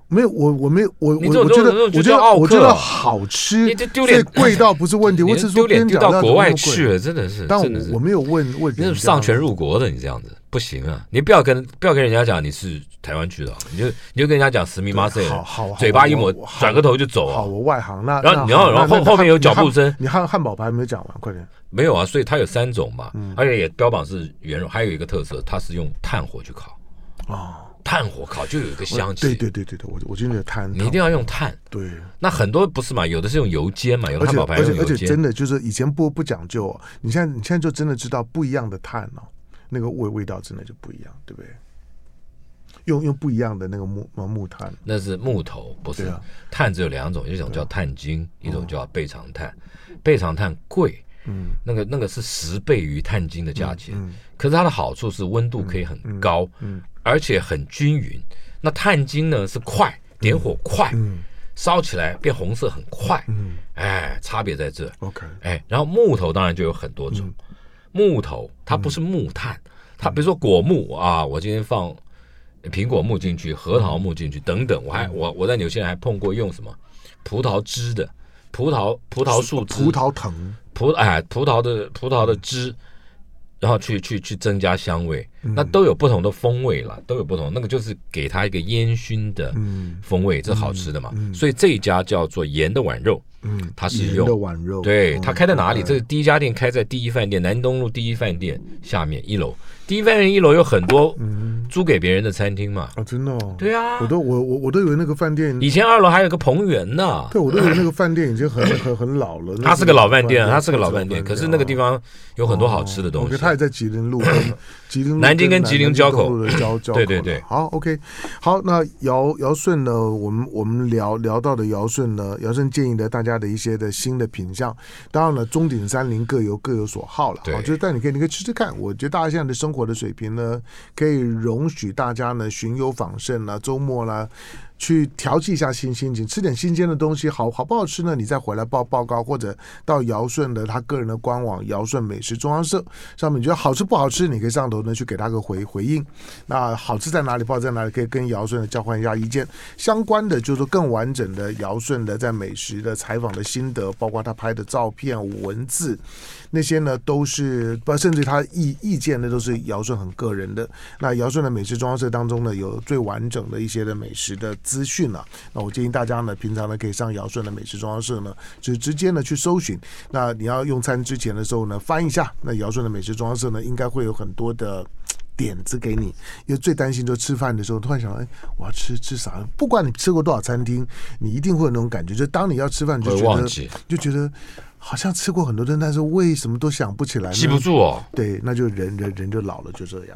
B: 没有，我我没有，我
C: 你
B: 我
C: 这种
B: 我觉得
C: 这种
B: 我
C: 就
B: 觉
C: 叫
B: 得
C: 傲
B: 我觉
C: 客
B: 得 好吃，
C: 你这丢脸
B: 所以贵倒不是问题，
C: 你
B: 我只是说
C: 丢脸
B: 边
C: 丢
B: 角料
C: 到
B: 怎么
C: 国
B: 那
C: 外
B: 么贵
C: 去了，真的是。
B: 但
C: 真的
B: 我
C: 是
B: 我没有问问
C: 你
B: 人
C: 是
B: 家
C: 丧权辱国的，你这样子不行啊！你不要跟不要跟人家讲你是台湾去的啊，你就你就跟人家讲十米马塞，
B: 好好好
C: 嘴巴一
B: 我
C: 抹
B: 我，好
C: 转个头就走
B: 好，
C: 啊！
B: 我外行那
C: 然后
B: 那
C: 你要
B: 好
C: 然后
B: 那
C: 后
B: 那
C: 后面有
B: 汉
C: 脚步声
B: 你汉汉堡排没有讲完，快点
C: 没有啊，所以它有三种嘛，
B: 嗯
C: 而且也标榜是原肉，还有一个特色，它是用炭火去烤，
B: 哦，
C: 炭火烤就有一个香气，
B: 对对对对对，我我真的贪
C: 你一定要用炭。
B: 对。
C: 那很多不是嘛，有的是用油煎嘛，有的
B: 而
C: 汉
B: 且
C: 堡排
B: 而
C: 用
B: 且
C: 油
B: 而且
C: 煎
B: 真，的就是以前不不讲究、哦，你现在你现在就真的知道不一样的碳哦，那个味味道真的就不一样，对不对？用用不一样的那个木呃木炭，
C: 那是木头，不
B: 对
C: 是
B: 啊
C: 炭。只有两种，一种叫炭精，一种叫备长炭。备长炭贵，
B: 嗯，
C: 那个那个是十倍于碳晶的价钱，
B: 嗯
C: 可是它的好处是温度可以很高，
B: 嗯嗯
C: 而且很均匀。那碳晶呢是快，点火快，
B: 嗯
C: 烧起来变红色很快，
B: 嗯
C: 哎，差别在这。
B: ，OK，
C: 哎，然后木头当然就有很多
B: 嗯
C: 种，木头它不是木炭，它比如说果木啊，我今天放苹果木进去，核
B: 嗯
C: 桃木进去等等，我还我我在纽西兰还碰过用什么葡萄汁的葡萄葡萄树汁
B: 葡嗯萄藤，
C: 葡哎葡萄的葡萄的汁，然后去去去增加香味。
B: 嗯
C: 那都有不同的风味啦，都有不同，那个就是给它一个烟熏的
B: 嗯
C: 风味，这好吃的嘛。
B: 嗯
C: 所以这一家叫做盐的碗肉，
B: 嗯，
C: 它是
B: 盐的
C: 用
B: 碗肉，
C: 对，它开在哪里？这
B: 这
C: 是第一家店开在第一饭店南东路第一饭店下面一楼。第一饭店一楼有很多
B: 嗯
C: 租给别人的餐厅嘛。
B: 啊，真的哦，
C: 对啊
B: 我，都我我我都以为那个饭店，
C: 以前二楼还有个彭园呢，
B: 对我都以为那个饭店已经很很很老了，
C: 它是个老饭店，它是个老饭
B: 饭
C: 店，可是那个地方有很多好吃的东西
B: 它。也在吉林 路跟吉林路
C: 南京跟吉林交
B: 南
C: 口
B: 京东路的交交口
C: 对对对
B: 了好，OK，好，那尧尧舜呢，我们我们聊聊到的尧舜呢，尧舜建议了大家的一些的新的品相，当然了，中鼎三林各有各有所好了，
C: 对
B: 好就是但你可以你可以吃吃看，我觉得大家现在的生活的水平呢，可以容许大家呢寻幽访胜啦，周末啦。去调剂一下新心情，吃点新鲜的东西，好好不好吃呢？你再回来报报告，或者到尧舜的他个人的官网尧舜美食中央社上面，你觉得好吃不好吃，你可以上头呢去给他个回回应。那好吃在哪里，不好在哪里，可以跟尧舜的交换一下意见。相关的就是说更完整的尧舜的在美食的采访的心得，包括他拍的照片、文字那些呢，都是不甚至他意意见呢，都是尧舜很个人的。那尧舜的美食中央社当中呢，有最完整的一些的美食的资讯啊。那我建议大家呢，平常呢可以上尧舜的美呃食中央社呢，就直接呢去搜寻。那你要用餐之前的时候呢，翻一下那尧舜的美食中央社呢，应该会有很多的。点子给你，因为最担心就是吃饭的时候突然想到，哎，我要吃吃啥？不管你吃过多少餐厅，你一定会有那种感觉，就当你要吃饭，你就
C: 会
B: 觉
C: 忘
B: 得呃
C: 记
B: 就觉得好像吃过很多顿，但是为什么都想不起来呢？
C: 记不住哦。
B: 对，那就人人人就老了，就这样。